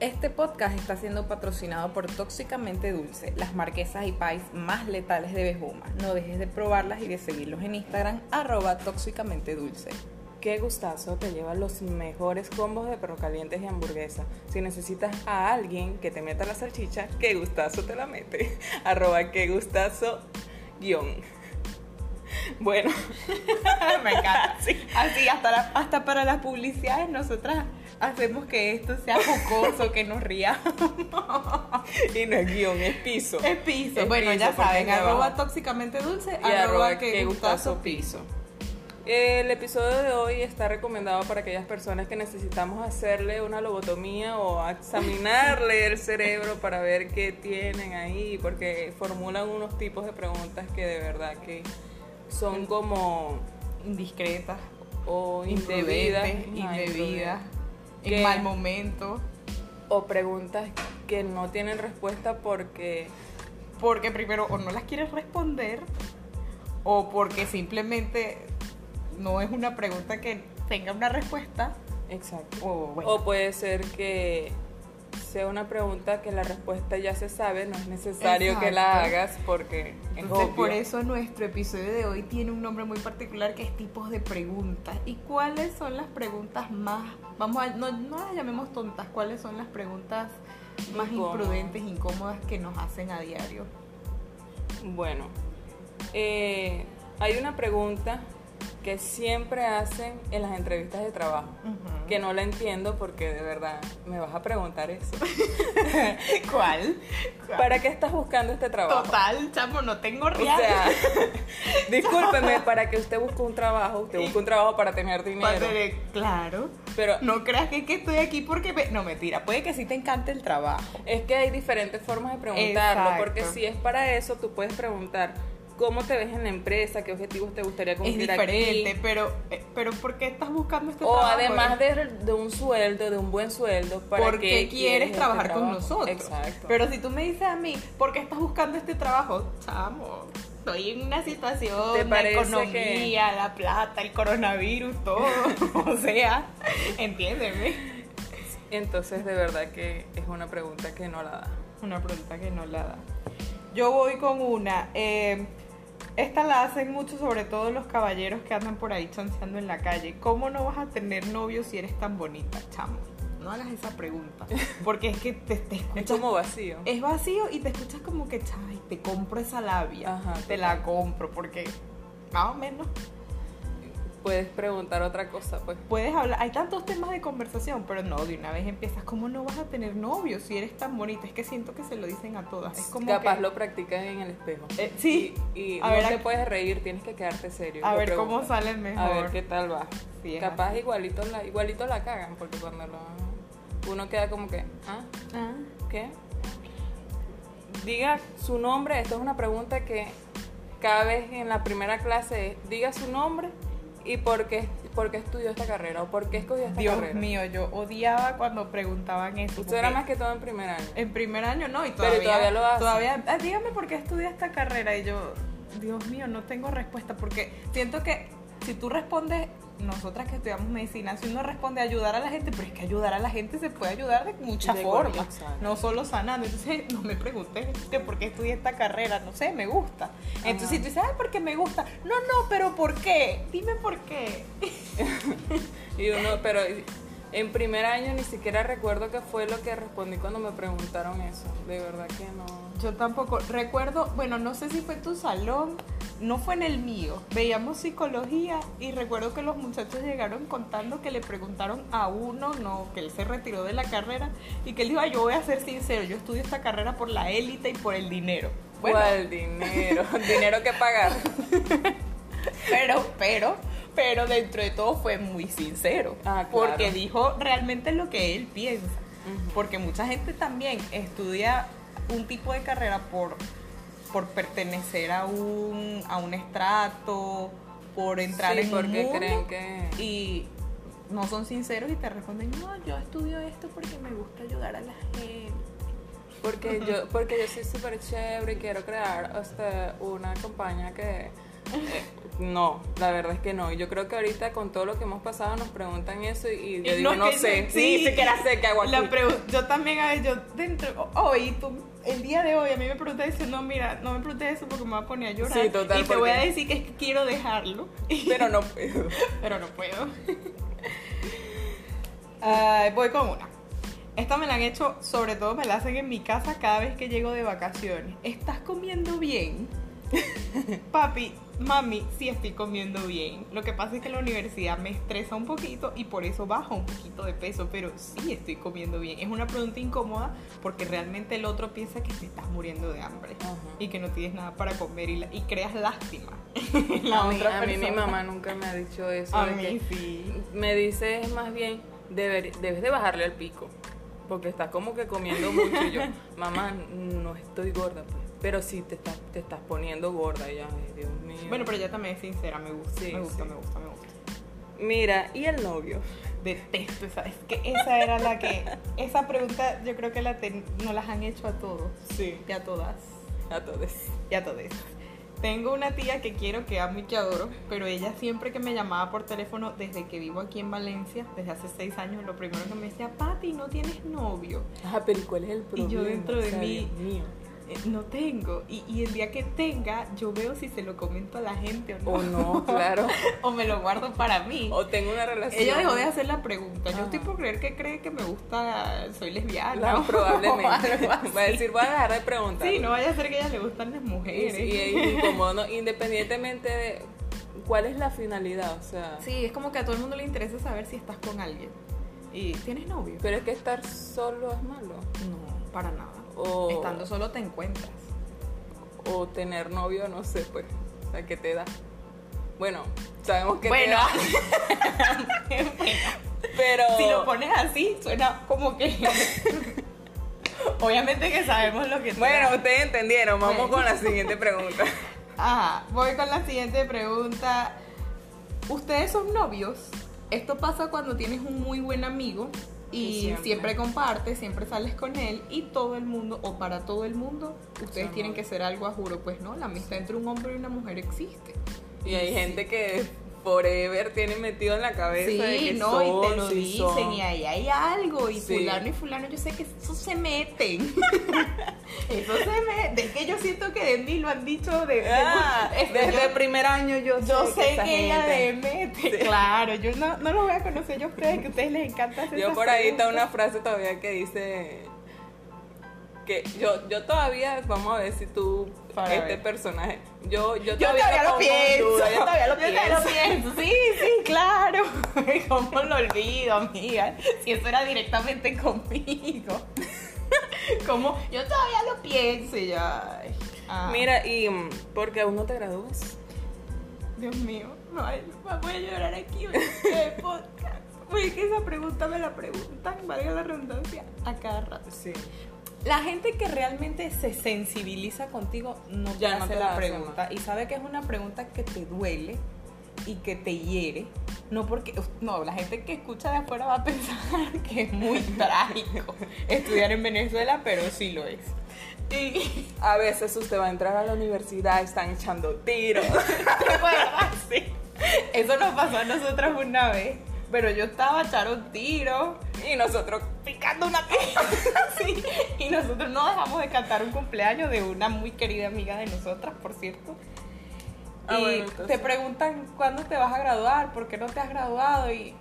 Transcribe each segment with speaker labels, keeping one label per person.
Speaker 1: Este podcast está siendo patrocinado por Tóxicamente Dulce, las marquesas y pais más letales de Bejuma. No dejes de probarlas y de seguirlos en Instagram, arroba tóxicamente dulce.
Speaker 2: Qué gustazo te lleva los mejores combos de perros calientes y hamburguesa. Si necesitas a alguien que te meta la salchicha, qué gustazo te la mete. Arroba qué gustazo guión. Bueno,
Speaker 1: Me encanta. Así, hasta, la- hasta para las publicidades, nosotras hacemos que esto sea jocoso, que nos riamos.
Speaker 2: y no es guión, es piso.
Speaker 1: Es piso.
Speaker 2: Es
Speaker 1: bueno,
Speaker 2: piso,
Speaker 1: ya
Speaker 2: porque
Speaker 1: saben,
Speaker 2: es de
Speaker 1: arroba
Speaker 2: abajo.
Speaker 1: tóxicamente dulce,
Speaker 2: Y arroba
Speaker 1: que
Speaker 2: qué
Speaker 1: gustazo
Speaker 2: gustazo
Speaker 1: piso.
Speaker 2: El episodio de hoy está recomendado para aquellas personas que necesitamos hacerle una lobotomía o examinarle el cerebro para ver qué tienen ahí, porque formulan unos tipos de preguntas que de verdad que son como
Speaker 1: Indiscreta,
Speaker 2: o indebidas,
Speaker 1: indebida,
Speaker 2: ajá,
Speaker 1: indebida, en
Speaker 2: Que-
Speaker 1: mal momento.
Speaker 2: o preguntas que no tienen respuesta porque
Speaker 1: Porque primero o no las quieres responder o porque simplemente no es una pregunta que tenga una respuesta
Speaker 2: exacto.
Speaker 1: o bueno.
Speaker 2: O puede ser que sea una pregunta que la respuesta ya se sabe, no es necesario que
Speaker 1: Exacto.
Speaker 2: la hagas porque es
Speaker 1: Entonces
Speaker 2: obvio.
Speaker 1: por eso nuestro episodio de hoy tiene un nombre muy particular que es tipos de preguntas. ¿Y cuáles son las preguntas más, vamos a, no, no las llamemos tontas, cuáles son las preguntas más
Speaker 2: Incómodas.
Speaker 1: imprudentes, incómodas que nos hacen a diario?
Speaker 2: Bueno, eh, hay una pregunta que siempre hacen en las entrevistas de trabajo,
Speaker 1: Ujú.
Speaker 2: que no la entiendo porque de verdad me vas a preguntar eso.
Speaker 1: ¿Cuál?
Speaker 2: ¿Para qué estás buscando este trabajo?
Speaker 1: Total, chamo, no tengo
Speaker 2: O
Speaker 1: real.
Speaker 2: sea, discúlpeme, para que usted busque un trabajo, usted
Speaker 1: Y-
Speaker 2: busca un trabajo para tener
Speaker 1: Va a
Speaker 2: dinero.
Speaker 1: tener- claro.
Speaker 2: Pero
Speaker 1: No creas que, es que estoy aquí porque me... No, mentira, puede que sí te encante el trabajo.
Speaker 2: Es que hay diferentes formas de preguntarlo,
Speaker 1: Exacto.
Speaker 2: porque si es para eso, tú puedes preguntar cómo te ves en la empresa, qué objetivos te gustaría
Speaker 1: Es
Speaker 2: cumplir
Speaker 1: diferente,
Speaker 2: Pues aquí.
Speaker 1: pero, eh, pero ¿por qué estás buscando este
Speaker 2: O
Speaker 1: trabajo?
Speaker 2: además de, de un sueldo, de un buen sueldo, para
Speaker 1: ¿Por qué quieres
Speaker 2: este
Speaker 1: trabajar con
Speaker 2: trabajo?
Speaker 1: nosotros?
Speaker 2: Exacto.
Speaker 1: Pero si tú me dices a mí, ¿por qué estás buscando este trabajo? Chamo, estoy en una situación,
Speaker 2: ¿Te
Speaker 1: la
Speaker 2: parece
Speaker 1: economía,
Speaker 2: que-
Speaker 1: la plata, el coronavirus, todo. o sea, entiéndeme.
Speaker 2: Entonces, de verdad que es una pregunta que no la da.
Speaker 1: Una pregunta que no la da. Yo voy con una. eh, esta la hacen mucho, sobre todo los caballeros que andan por ahí chanceando en la calle. ¿Cómo no vas a tener novio si eres tan bonita, chamo? No hagas esa pregunta. Porque es que te, te escuchas.
Speaker 2: Es como vacío.
Speaker 1: es vacío y te escuchas como que, ay, te compro esa labia.
Speaker 2: Ajá,
Speaker 1: te
Speaker 2: total.
Speaker 1: la compro, porque más o menos
Speaker 2: Puedes preguntar otra cosa, pues.
Speaker 1: puedes hablar. Hay tantos temas de conversación, pero no, de una vez empiezas. ¿Cómo no vas a tener novio si eres tan bonita? Es que siento que se lo dicen a todas. Es como
Speaker 2: Capaz
Speaker 1: que-
Speaker 2: lo practican en el espejo.
Speaker 1: Eh, sí,
Speaker 2: Y
Speaker 1: A
Speaker 2: no
Speaker 1: ver,
Speaker 2: te
Speaker 1: a-
Speaker 2: puedes reír, tienes que quedarte serio.
Speaker 1: a
Speaker 2: Lo
Speaker 1: ver cómo
Speaker 2: preguntan.
Speaker 1: sale mejor.
Speaker 2: A ver qué tal va.
Speaker 1: Sí, es
Speaker 2: Capaz
Speaker 1: así.
Speaker 2: igualito la, igualito la cagan, porque cuando lo, uno queda como que, ¿ah?
Speaker 1: Ah.
Speaker 2: ¿Qué? Diga su nombre, esto es una pregunta que cada vez en la primera clase es, diga su nombre y por qué, por qué estudió esta carrera o por qué escogió esta
Speaker 1: Dios
Speaker 2: carrera.
Speaker 1: mío, yo odiaba cuando preguntaban eso.
Speaker 2: Usted era
Speaker 1: porque
Speaker 2: más que todo en primer año.
Speaker 1: En primer año no, y
Speaker 2: Pero
Speaker 1: todavía,
Speaker 2: y todavía lo hacen.
Speaker 1: todavía, "Ah, dígame por qué estudia esta carrera. Y yo, Dios mío, no tengo respuesta, porque siento que si tú respondes, nosotras que estudiamos medicina, si uno responde ayudar a la gente, pero es que ayudar a la gente se puede ayudar de muchas
Speaker 2: De cual-
Speaker 1: formas,
Speaker 2: exacto.
Speaker 1: no solo sanando. Entonces, no me preguntes que por qué estudié esta carrera, no sé, me gusta. Entonces, si tú dices, ay, porque me gusta, no, no, pero ¿por qué? Dime por qué.
Speaker 2: Y uno, pero en primer año ni siquiera recuerdo qué fue lo que respondí cuando me preguntaron eso. De verdad que no.
Speaker 1: Yo tampoco. Recuerdo, bueno, no sé si fue en tu salón, no fue en el mío. Veíamos psicología y recuerdo que los muchachos llegaron contando que le preguntaron a uno, no, que él se retiró de la carrera y que él dijo, "Ay, yo voy a ser sincero, yo estudio esta carrera por la élite y por el dinero. Bueno,
Speaker 2: ¿Cuál dinero? dinero que pagar.
Speaker 1: pero, pero, pero dentro de todo fue muy sincero.
Speaker 2: Ah, claro.
Speaker 1: Porque dijo realmente lo que él piensa. Porque mucha gente también estudia un tipo de carrera por, por pertenecer a un, a un estrato, por entrar
Speaker 2: Sí,
Speaker 1: en un
Speaker 2: porque
Speaker 1: mundo
Speaker 2: creen que-
Speaker 1: y no son sinceros y te responden, no, yo estudio esto porque me gusta ayudar a la gente.
Speaker 2: Porque yo, porque yo soy súper chévere y quiero crear este, una campaña que eh, No, la verdad es que no. Yo creo que ahorita con todo lo que hemos pasado nos preguntan eso y, y yo
Speaker 1: Y
Speaker 2: digo,
Speaker 1: lo
Speaker 2: no
Speaker 1: que
Speaker 2: sé,
Speaker 1: yo-
Speaker 2: sí,
Speaker 1: sí.
Speaker 2: ni siquiera sé qué hago aquí.
Speaker 1: La pregu- yo también, a ver, yo dentro, hoy, tú, el día de hoy, a mí me preguntas eso, no, mira, no me preguntes eso porque me va a poner a llorar.
Speaker 2: Sí, total,
Speaker 1: Y te voy a
Speaker 2: porque-
Speaker 1: decir que es que quiero dejarlo,
Speaker 2: Pero no puedo.
Speaker 1: pero no puedo. Ay, voy con una. Esta me la han hecho, sobre todo me la hacen en mi casa cada vez que llego de vacaciones. ¿Estás comiendo bien? Papi, mami, sí estoy comiendo bien. Lo que pasa es que la universidad me estresa un poquito y por eso bajo un poquito de peso, pero sí estoy comiendo bien. Es una pregunta incómoda porque realmente el otro piensa que te estás muriendo de hambre
Speaker 2: Ajá.
Speaker 1: y que no tienes nada para comer y, la- y creas lástima.
Speaker 2: a mí, a mí mi
Speaker 1: persona.
Speaker 2: mamá nunca me ha dicho eso.
Speaker 1: A
Speaker 2: de que-
Speaker 1: mí sí.
Speaker 2: me dice es más bien, deber- debes de bajarle al pico, porque estás como que comiendo mucho. Y yo, mamá, no estoy gorda, pues, pero sí te estás, te estás poniendo gorda. Y yo, "Ay, Dios mío.
Speaker 1: Bueno, pero ella también es sincera, me gusta,
Speaker 2: Sí,
Speaker 1: me gusta,
Speaker 2: sí.
Speaker 1: me gusta, me gusta.
Speaker 2: Mira, ¿y el novio?
Speaker 1: Detesto esa, es que esa era la que, esa pregunta yo creo que la ten- no las han hecho a todos
Speaker 2: Sí.
Speaker 1: y a todas.
Speaker 2: A todos.
Speaker 1: Ya todo eso. Tengo una tía que quiero, que amo y que adoro, pero ella siempre que me llamaba por teléfono, desde que vivo aquí en Valencia, desde hace seis años, lo primero que me decía, Pati, no tienes novio,
Speaker 2: Ah, pero ¿y cuál es el
Speaker 1: Y yo
Speaker 2: problema?
Speaker 1: dentro de mí-
Speaker 2: Dios mío.
Speaker 1: Eh, no tengo. Y, y el día que tenga, yo veo si se lo comento a la gente o no.
Speaker 2: O no, claro.
Speaker 1: O me lo guardo para mí.
Speaker 2: O tengo una relación.
Speaker 1: Ella dejó de hacer la pregunta. Yo
Speaker 2: Ajá.
Speaker 1: estoy por creer que cree que me gusta, soy lesbiana.
Speaker 2: La-
Speaker 1: o
Speaker 2: probablemente.
Speaker 1: algo así.
Speaker 2: Va a decir, voy a dejar de preguntar.
Speaker 1: Sí, no vaya a ser que a ella le gustan las
Speaker 2: Y,
Speaker 1: mujeres.
Speaker 2: y es incómodo, ¿no? Independientemente de cuál es la finalidad, o sea.
Speaker 1: Sí, es como que a todo el mundo le interesa saber si estás con alguien. ¿Y tienes novio?
Speaker 2: Pero es que estar solo es malo.
Speaker 1: No, para nada.
Speaker 2: O,
Speaker 1: Estando solo te encuentras.
Speaker 2: o tener novio, no sé, pues. O sea, ¿qué te da? Bueno, sabemos que te
Speaker 1: Bueno.
Speaker 2: da, pero.
Speaker 1: si lo pones así, suena como que... Obviamente que sabemos lo que... te
Speaker 2: Bueno,
Speaker 1: da.
Speaker 2: ustedes entendieron. Vamos
Speaker 1: Bueno.
Speaker 2: con la siguiente pregunta.
Speaker 1: Ajá, Ah, voy con la siguiente pregunta. ¿Ustedes son novios? Esto pasa cuando tienes un muy buen amigo
Speaker 2: Y
Speaker 1: y
Speaker 2: siempre.
Speaker 1: siempre. compartes, siempre sales con él y todo el mundo, o para todo el mundo, ustedes
Speaker 2: Son
Speaker 1: tienen
Speaker 2: novios.
Speaker 1: que ser algo a juro. Pues no, la amistad entre un hombre y una mujer existe.
Speaker 2: Y hay
Speaker 1: Sí.
Speaker 2: gente que forever tiene metido en la cabeza. de
Speaker 1: Sí,
Speaker 2: que
Speaker 1: no, y te
Speaker 2: son,
Speaker 1: lo
Speaker 2: sí
Speaker 1: dicen
Speaker 2: son.
Speaker 1: y ahí hay algo y
Speaker 2: Sí.
Speaker 1: fulano y fulano, yo sé que eso se meten. eso se meten. Es que yo siento que de mí lo han dicho de, de-
Speaker 2: Ah,
Speaker 1: es que
Speaker 2: desde
Speaker 1: yo-
Speaker 2: el primer año yo,
Speaker 1: Yo sé
Speaker 2: esa
Speaker 1: que ella
Speaker 2: gente-
Speaker 1: de mete, claro. Yo no, no lo voy a conocer yo a ustedes, que a ustedes les encanta hacer
Speaker 2: Yo
Speaker 1: esas
Speaker 2: por ahí está
Speaker 1: preguntas.
Speaker 2: una frase todavía que dice que yo, yo todavía, vamos a ver si tú,
Speaker 1: Para
Speaker 2: este
Speaker 1: ver.
Speaker 2: personaje, yo,
Speaker 1: Yo
Speaker 2: yo,
Speaker 1: todavía lo
Speaker 2: pongo en
Speaker 1: pienso.
Speaker 2: duda, yo todavía lo pienso.
Speaker 1: pienso. Sí, sí, claro. ¿Cómo lo olvido, amiga? Si eso era directamente conmigo. Como, yo todavía lo pienso y ya. ay, ah.
Speaker 2: Mira, y mm, porque aún no te gradúas.
Speaker 1: Dios mío, no, ay, me voy a llorar aquí en este podcast. Oye, es que esa pregunta me la preguntan, valga la redundancia, a cada rato.
Speaker 2: Sí.
Speaker 1: La gente que realmente se sensibiliza contigo no te
Speaker 2: Ya no
Speaker 1: hace
Speaker 2: te la
Speaker 1: la
Speaker 2: hace,
Speaker 1: pregunta
Speaker 2: mamá.
Speaker 1: y sabe que es una pregunta que te duele y que te hiere. No porque no, la gente que escucha de afuera va a pensar que es muy trágico estudiar en Venezuela, pero sí lo es. Y
Speaker 2: A veces usted va a entrar a la universidad, están echando tiros.
Speaker 1: ¿te acuerdas? Sí. Eso nos pasó a nosotras una vez, pero yo estaba a echar un tiro.
Speaker 2: y nosotros,
Speaker 1: picando una teta. Sí, Y nosotros no dejamos de cantar un cumpleaños de una muy querida amiga de nosotras, por cierto.
Speaker 2: Ah,
Speaker 1: y
Speaker 2: bueno, entonces.
Speaker 1: te preguntan cuándo te vas a graduar, por qué no te has graduado y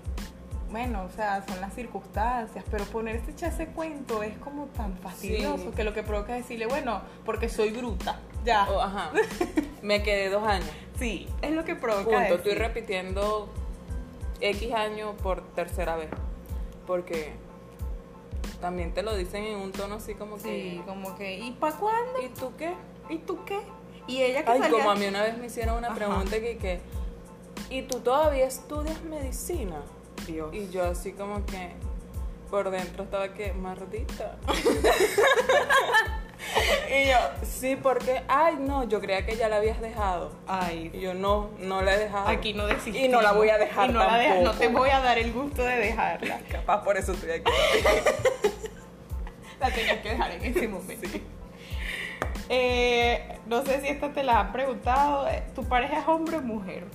Speaker 1: bueno, o sea, son las circunstancias, pero ponerse echa ese cuento es como tan fastidioso
Speaker 2: Sí.
Speaker 1: que lo que provoca es decirle, bueno, porque soy bruta. Ya.
Speaker 2: oh, ajá, me quedé dos años.
Speaker 1: Sí, es lo que provoca.
Speaker 2: Punto, estoy
Speaker 1: decir.
Speaker 2: repitiendo X año por tercera vez. Porque también te lo dicen en un tono así como
Speaker 1: Sí,
Speaker 2: que.
Speaker 1: como que, ¿y para cuándo?
Speaker 2: ¿Y tú qué?
Speaker 1: ¿Y tú qué? Y ella que
Speaker 2: Ay,
Speaker 1: salía-
Speaker 2: como a mí una vez me hicieron una
Speaker 1: Ajá.
Speaker 2: pregunta que, que. ¿Y tú todavía estudias medicina?
Speaker 1: Dios.
Speaker 2: Y yo así como que. Por dentro estaba que, mardita. y yo, sí, porque, ay, no, yo creía que ya la habías dejado.
Speaker 1: Ay,
Speaker 2: Y yo, no, no la he dejado.
Speaker 1: Aquí no desistimos.
Speaker 2: Y no la voy a dejar
Speaker 1: Y no, la deja- no
Speaker 2: tampoco.
Speaker 1: te voy a dar el gusto de dejarla.
Speaker 2: Capaz por eso estoy aquí.
Speaker 1: La tenías que dejar en ese momento. Eh, No sé si esta te la han preguntado. eh, ¿Tu pareja es hombre o mujer?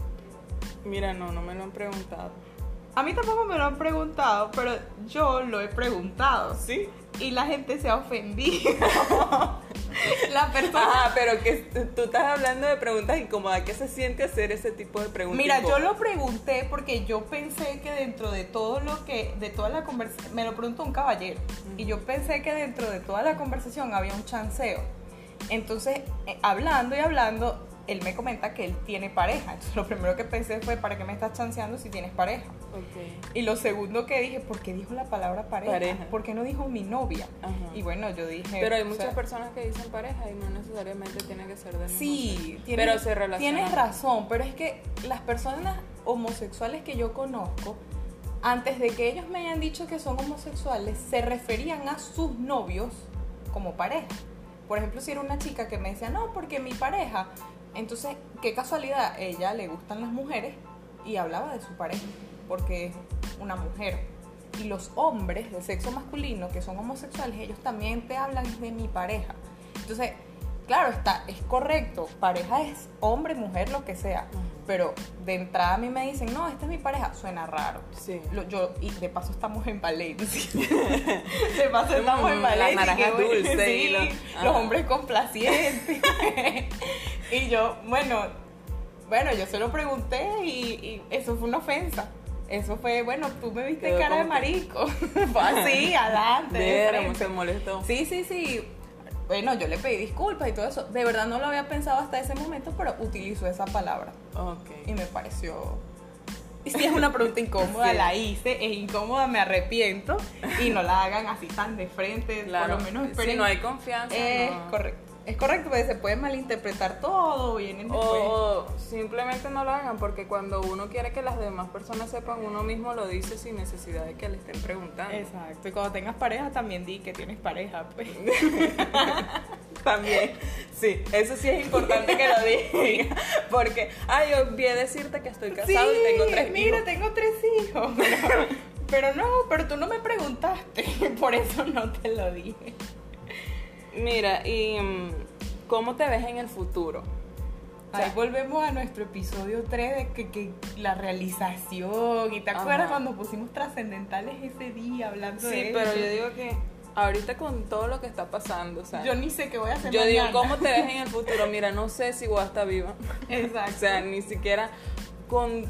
Speaker 2: Mira, no, no me lo han preguntado.
Speaker 1: A mí tampoco me lo han preguntado, pero yo lo he preguntado.
Speaker 2: ¿Sí?
Speaker 1: Y la gente se ha ofendido. la persona.
Speaker 2: Ah, pero que tú estás hablando de preguntas incómodas. ¿Qué se siente hacer ese tipo de preguntas?
Speaker 1: Mira, yo
Speaker 2: incómodas?
Speaker 1: lo pregunté porque yo pensé que dentro de todo lo que, de toda la conversación, me lo preguntó un caballero, y yo pensé que dentro de toda la conversación había un chanceo. Entonces, eh, hablando y hablando, él me comenta que él tiene pareja. Entonces, lo primero que pensé fue, ¿para qué me estás chanceando si tienes pareja?
Speaker 2: Ok.
Speaker 1: Y lo segundo que dije, ¿por qué dijo la palabra pareja?
Speaker 2: Pareja.
Speaker 1: ¿Por qué no dijo mi novia?
Speaker 2: Ajá.
Speaker 1: Y bueno, yo dije...
Speaker 2: Pero hay
Speaker 1: o
Speaker 2: muchas
Speaker 1: sea,
Speaker 2: personas que dicen pareja y no necesariamente tiene que ser del mismo
Speaker 1: Sí,
Speaker 2: sexo.
Speaker 1: tienes,
Speaker 2: pero se relacionan.
Speaker 1: tienes razón, pero es que las personas homosexuales que yo conozco, antes de que ellos me hayan dicho que son homosexuales, se referían a sus novios como pareja. Por ejemplo, si era una chica que me decía, no, porque mi pareja, entonces, qué casualidad, ella le gustan las mujeres y hablaba de su pareja, porque es una mujer. Y los hombres de sexo masculino que son homosexuales, ellos también te hablan de mi pareja. Entonces, claro, está, es correcto, pareja es hombre, mujer, lo que sea. Pero de entrada a mí me dicen, no, esta es mi pareja, suena raro.
Speaker 2: Sí.
Speaker 1: Lo- yo, y de paso estamos en Valencia. de paso estamos en
Speaker 2: Mm, las
Speaker 1: Valencia.
Speaker 2: naranjas
Speaker 1: qué bueno.
Speaker 2: dulces y
Speaker 1: Sí,
Speaker 2: los-
Speaker 1: los,
Speaker 2: ajá.
Speaker 1: hombres complacientes. y yo, bueno, bueno, yo se lo pregunté y, y eso fue una ofensa. Eso fue, bueno, tú me viste
Speaker 2: Quedó
Speaker 1: cara de
Speaker 2: como que-
Speaker 1: marico. Fue así, adelante. de
Speaker 2: Verga,
Speaker 1: frente.
Speaker 2: se molestó.
Speaker 1: Sí, sí, sí. Bueno, yo le pedí disculpas y todo eso. De verdad no lo había pensado hasta ese momento, pero utilizó esa palabra
Speaker 2: Ok.
Speaker 1: y me pareció. Y si es una pregunta incómoda,
Speaker 2: Sí.
Speaker 1: la hice, es incómoda, me arrepiento y no la hagan así tan de frente,
Speaker 2: Claro.
Speaker 1: por lo menos esperen.
Speaker 2: Si no hay confianza.
Speaker 1: Es
Speaker 2: no.
Speaker 1: correcto. Es correcto, porque se puede malinterpretar todo, vienen
Speaker 2: Oh,
Speaker 1: después.
Speaker 2: O
Speaker 1: pues.
Speaker 2: simplemente no lo hagan porque cuando uno quiere que las demás personas sepan, uno mismo lo dice sin necesidad de que le estén preguntando.
Speaker 1: Exacto, y cuando tengas pareja también di que tienes pareja, pues.
Speaker 2: También, sí, eso sí es importante que lo diga. Porque, ay, yo olvidé decirte que estoy casado y tengo tres
Speaker 1: mira,
Speaker 2: hijos.
Speaker 1: tengo tres hijos. Pero, pero no, pero tú no me preguntaste, por eso no te lo dije.
Speaker 2: Mira, y mm, ¿cómo te ves en el futuro? O sea,
Speaker 1: Ahí volvemos a nuestro episodio 3 de que, que la realización. ¿Y te
Speaker 2: Ajá.
Speaker 1: acuerdas cuando pusimos trascendentales ese día hablando de
Speaker 2: sí,
Speaker 1: eso?
Speaker 2: pero yo digo que ahorita con todo lo que está pasando, o sea,
Speaker 1: Yo ni sé qué voy a hacer
Speaker 2: yo digo,
Speaker 1: mañana.
Speaker 2: ¿cómo te ves en el futuro? Mira, no sé si voy a estar viva. O
Speaker 1: Exacto.
Speaker 2: sea, ni siquiera con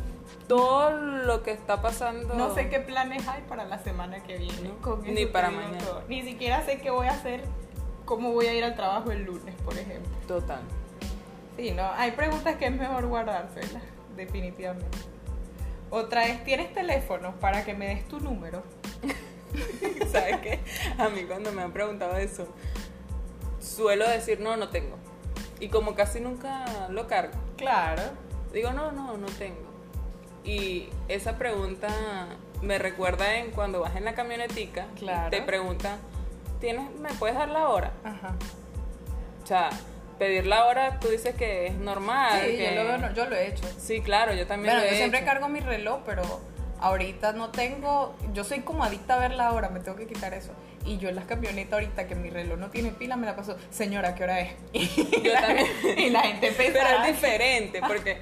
Speaker 2: todo lo que está pasando.
Speaker 1: no sé qué planes hay para la semana que viene.
Speaker 2: No,
Speaker 1: Con
Speaker 2: ni
Speaker 1: eso
Speaker 2: para
Speaker 1: te digo
Speaker 2: mañana.
Speaker 1: todo. Ni siquiera sé qué voy a hacer, cómo voy a ir al trabajo el lunes, por ejemplo.
Speaker 2: Total.
Speaker 1: Sí, no, hay preguntas que es mejor guardárselas, definitivamente. Otra es, ¿tienes teléfono para que me des tu número?
Speaker 2: ¿Sabes qué? A mí cuando me han preguntado eso, suelo decir, no, no tengo. Y como casi nunca lo cargo,
Speaker 1: Claro.
Speaker 2: digo, no, no, no tengo. Y esa pregunta me recuerda en cuando vas en la camionetica,
Speaker 1: Claro.
Speaker 2: te preguntan, ¿tienes, ¿me puedes dar la hora?
Speaker 1: Ajá.
Speaker 2: O sea, pedir la hora tú dices que es normal.
Speaker 1: Sí,
Speaker 2: que-
Speaker 1: yo lo, veo- yo lo he hecho.
Speaker 2: Sí, claro, yo también
Speaker 1: Bueno,
Speaker 2: lo he
Speaker 1: yo siempre
Speaker 2: hecho.
Speaker 1: cargo mi reloj, pero ahorita no tengo. Yo soy como adicta a ver la hora, me tengo que quitar eso. Y yo en las camionetas ahorita que mi reloj no tiene pila, me la paso, señora, ¿qué hora es?
Speaker 2: Yo también.
Speaker 1: y la gente
Speaker 2: Pero
Speaker 1: pensará.
Speaker 2: es diferente porque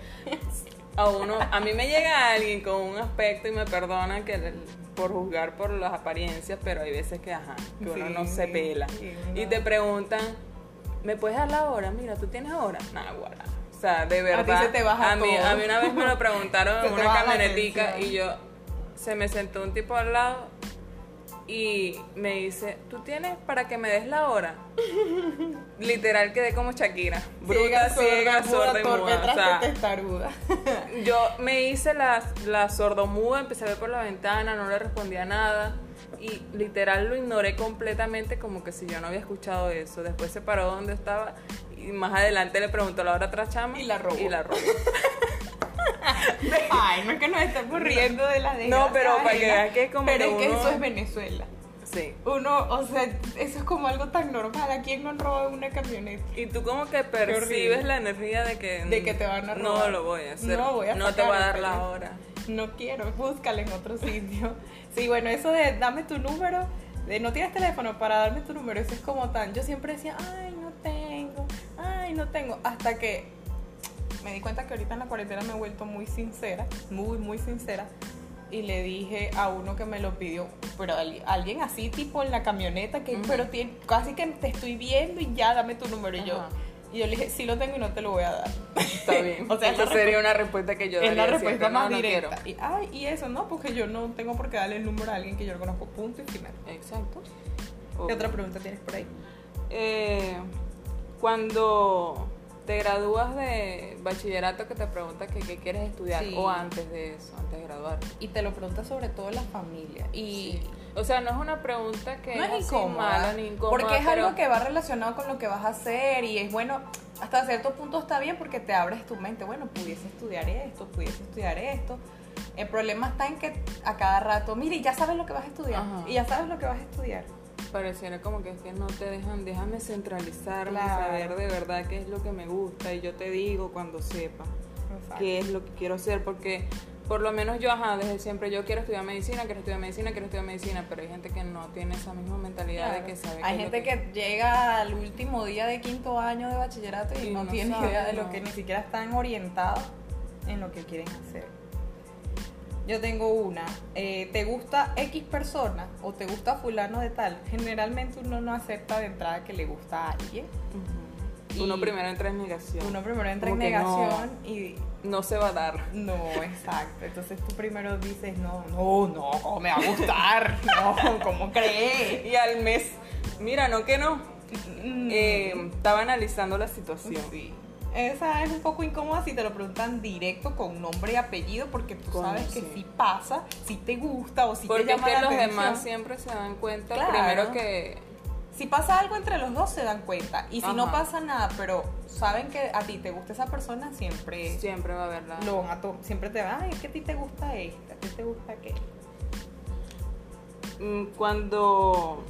Speaker 2: a uno, a mí me llega alguien con un aspecto y me perdonan que el- por juzgar por las apariencias, pero hay veces que ajá, que uno
Speaker 1: Sí,
Speaker 2: no se pela
Speaker 1: sí,
Speaker 2: y
Speaker 1: no.
Speaker 2: te preguntan, ¿me puedes dar la hora? Mira, ¿tú tienes hora? Nah, guarda. O sea, de verdad.
Speaker 1: se te baja
Speaker 2: a mí,
Speaker 1: todo.
Speaker 2: a mí una vez me lo preguntaron
Speaker 1: Se
Speaker 2: en
Speaker 1: te
Speaker 2: una
Speaker 1: baja la
Speaker 2: camionetica
Speaker 1: atención.
Speaker 2: y yo se me sentó un tipo al lado y me dice, ¿tú tienes para que me des la hora? Literal quedé como Shakira. Bruta, ciega, sorda y muda. O sea,
Speaker 1: testaruda.
Speaker 2: yo me hice la, la sordomuda, empecé a ver por la ventana, no le respondía nada. Y literal lo ignoré completamente como que si yo no había escuchado eso. Después se paró donde estaba y más adelante le preguntó la hora otra chama.
Speaker 1: Y la robó.
Speaker 2: Y la robó.
Speaker 1: Ay, no es que nos estamos riendo de la de
Speaker 2: No, pero para que veas que es como
Speaker 1: Pero
Speaker 2: que
Speaker 1: es que
Speaker 2: uno-
Speaker 1: eso es Venezuela.
Speaker 2: Sí.
Speaker 1: Uno, o sea, eso es como algo tan normal. ¿A quién no roba una camioneta?
Speaker 2: Y tú como que
Speaker 1: horrible.
Speaker 2: percibes la energía de que...
Speaker 1: De que te van a
Speaker 2: No
Speaker 1: robar.
Speaker 2: lo voy a hacer.
Speaker 1: No voy a
Speaker 2: te
Speaker 1: sacar
Speaker 2: voy a
Speaker 1: el
Speaker 2: dar la
Speaker 1: teléfono.
Speaker 2: hora.
Speaker 1: No quiero, búscala en otro sitio. Sí, bueno, eso de dame tu número, de no tienes teléfono para darme tu número, eso es como tan. Yo siempre decía, ay, no tengo. tengo, ay, no tengo. Hasta que me di cuenta que ahorita en la cuarentena me he vuelto muy sincera, muy, muy sincera. Y le dije a uno que me lo pidió, pero al- alguien así, tipo en la camioneta, que,
Speaker 2: Ujú.
Speaker 1: pero tiene, casi que te estoy viendo y ya, dame tu número. Y yo,
Speaker 2: Ajá.
Speaker 1: y yo le dije, sí lo tengo y no te lo voy a dar.
Speaker 2: Está bien.
Speaker 1: O sea,
Speaker 2: Esa
Speaker 1: es la
Speaker 2: sería una respuesta que yo daría.
Speaker 1: es la
Speaker 2: siempre,
Speaker 1: respuesta
Speaker 2: no,
Speaker 1: más
Speaker 2: no quiero.
Speaker 1: directa. Y, ay, y eso, ¿no? Porque yo no tengo por qué darle el número a alguien que yo no conozco, punto y final.
Speaker 2: Exacto.
Speaker 1: ¿Qué otra pregunta tienes por ahí?
Speaker 2: Eh, cuando te gradúas de bachillerato que te preguntas que qué quieres estudiar
Speaker 1: Sí.
Speaker 2: o antes de eso, antes de graduar.
Speaker 1: Y te lo pregunta sobre todo la familia. Y
Speaker 2: O sea, no es una pregunta que
Speaker 1: no es
Speaker 2: así
Speaker 1: incómoda,
Speaker 2: mala ni incómoda.
Speaker 1: porque es
Speaker 2: pero-
Speaker 1: algo que va relacionado con lo que vas a hacer y es bueno, hasta cierto punto está bien porque te abres tu mente, bueno, pudiese estudiar esto, pudiese estudiar esto. El problema está en que a cada rato, mire, ya sabes lo que vas a estudiar
Speaker 2: Ajá.
Speaker 1: y ya sabes lo que vas a estudiar.
Speaker 2: Pareciera como que es que no te dejan, déjame centralizarme,
Speaker 1: Claro.
Speaker 2: saber de verdad qué es lo que me gusta y yo te digo cuando sepa. qué es lo que quiero hacer, porque por lo menos yo, ajá, desde siempre yo quiero estudiar medicina, quiero estudiar medicina, quiero estudiar medicina, pero hay gente que no tiene esa misma mentalidad
Speaker 1: Claro.
Speaker 2: de que sabe
Speaker 1: Hay
Speaker 2: qué es lo
Speaker 1: gente que... llega al último día de quinto año de bachillerato y,
Speaker 2: Y
Speaker 1: no,
Speaker 2: no
Speaker 1: tiene
Speaker 2: sabe,
Speaker 1: idea de lo
Speaker 2: no.
Speaker 1: que ni siquiera están orientados en lo que quieren hacer. Yo tengo una. eh, ¿Te gusta X persona o te gusta fulano de tal? Generalmente uno no acepta de entrada que le gusta a alguien.
Speaker 2: Ujú. Uno
Speaker 1: Y-
Speaker 2: primero entra en negación.
Speaker 1: Uno primero entra en
Speaker 2: Como que no.
Speaker 1: negación y
Speaker 2: No se va a dar.
Speaker 1: no, exacto. Entonces tú primero dices, no, no, no, ¿cómo me va a gustar? No, ¿cómo crees?
Speaker 2: Y al mes, mira, no que no. Eh, estaba analizando la situación.
Speaker 1: Sí. Esa es un poco incómoda si te lo preguntan directo con nombre y apellido porque tú
Speaker 2: Coño,
Speaker 1: sabes que
Speaker 2: sí.
Speaker 1: sí pasa, si te gusta o si te
Speaker 2: Porque es
Speaker 1: llama
Speaker 2: que
Speaker 1: la
Speaker 2: los
Speaker 1: atención.
Speaker 2: demás siempre se dan cuenta
Speaker 1: Claro.
Speaker 2: primero que
Speaker 1: Si pasa algo entre los dos se dan cuenta y si no
Speaker 2: Ajá.
Speaker 1: pasa nada, pero saben que a ti te gusta esa persona, siempre
Speaker 2: siempre va a haber la...
Speaker 1: lo van a to- siempre te van, ay, es que a ti te gusta esta, a ti te gusta aquella.
Speaker 2: Mm, Cuando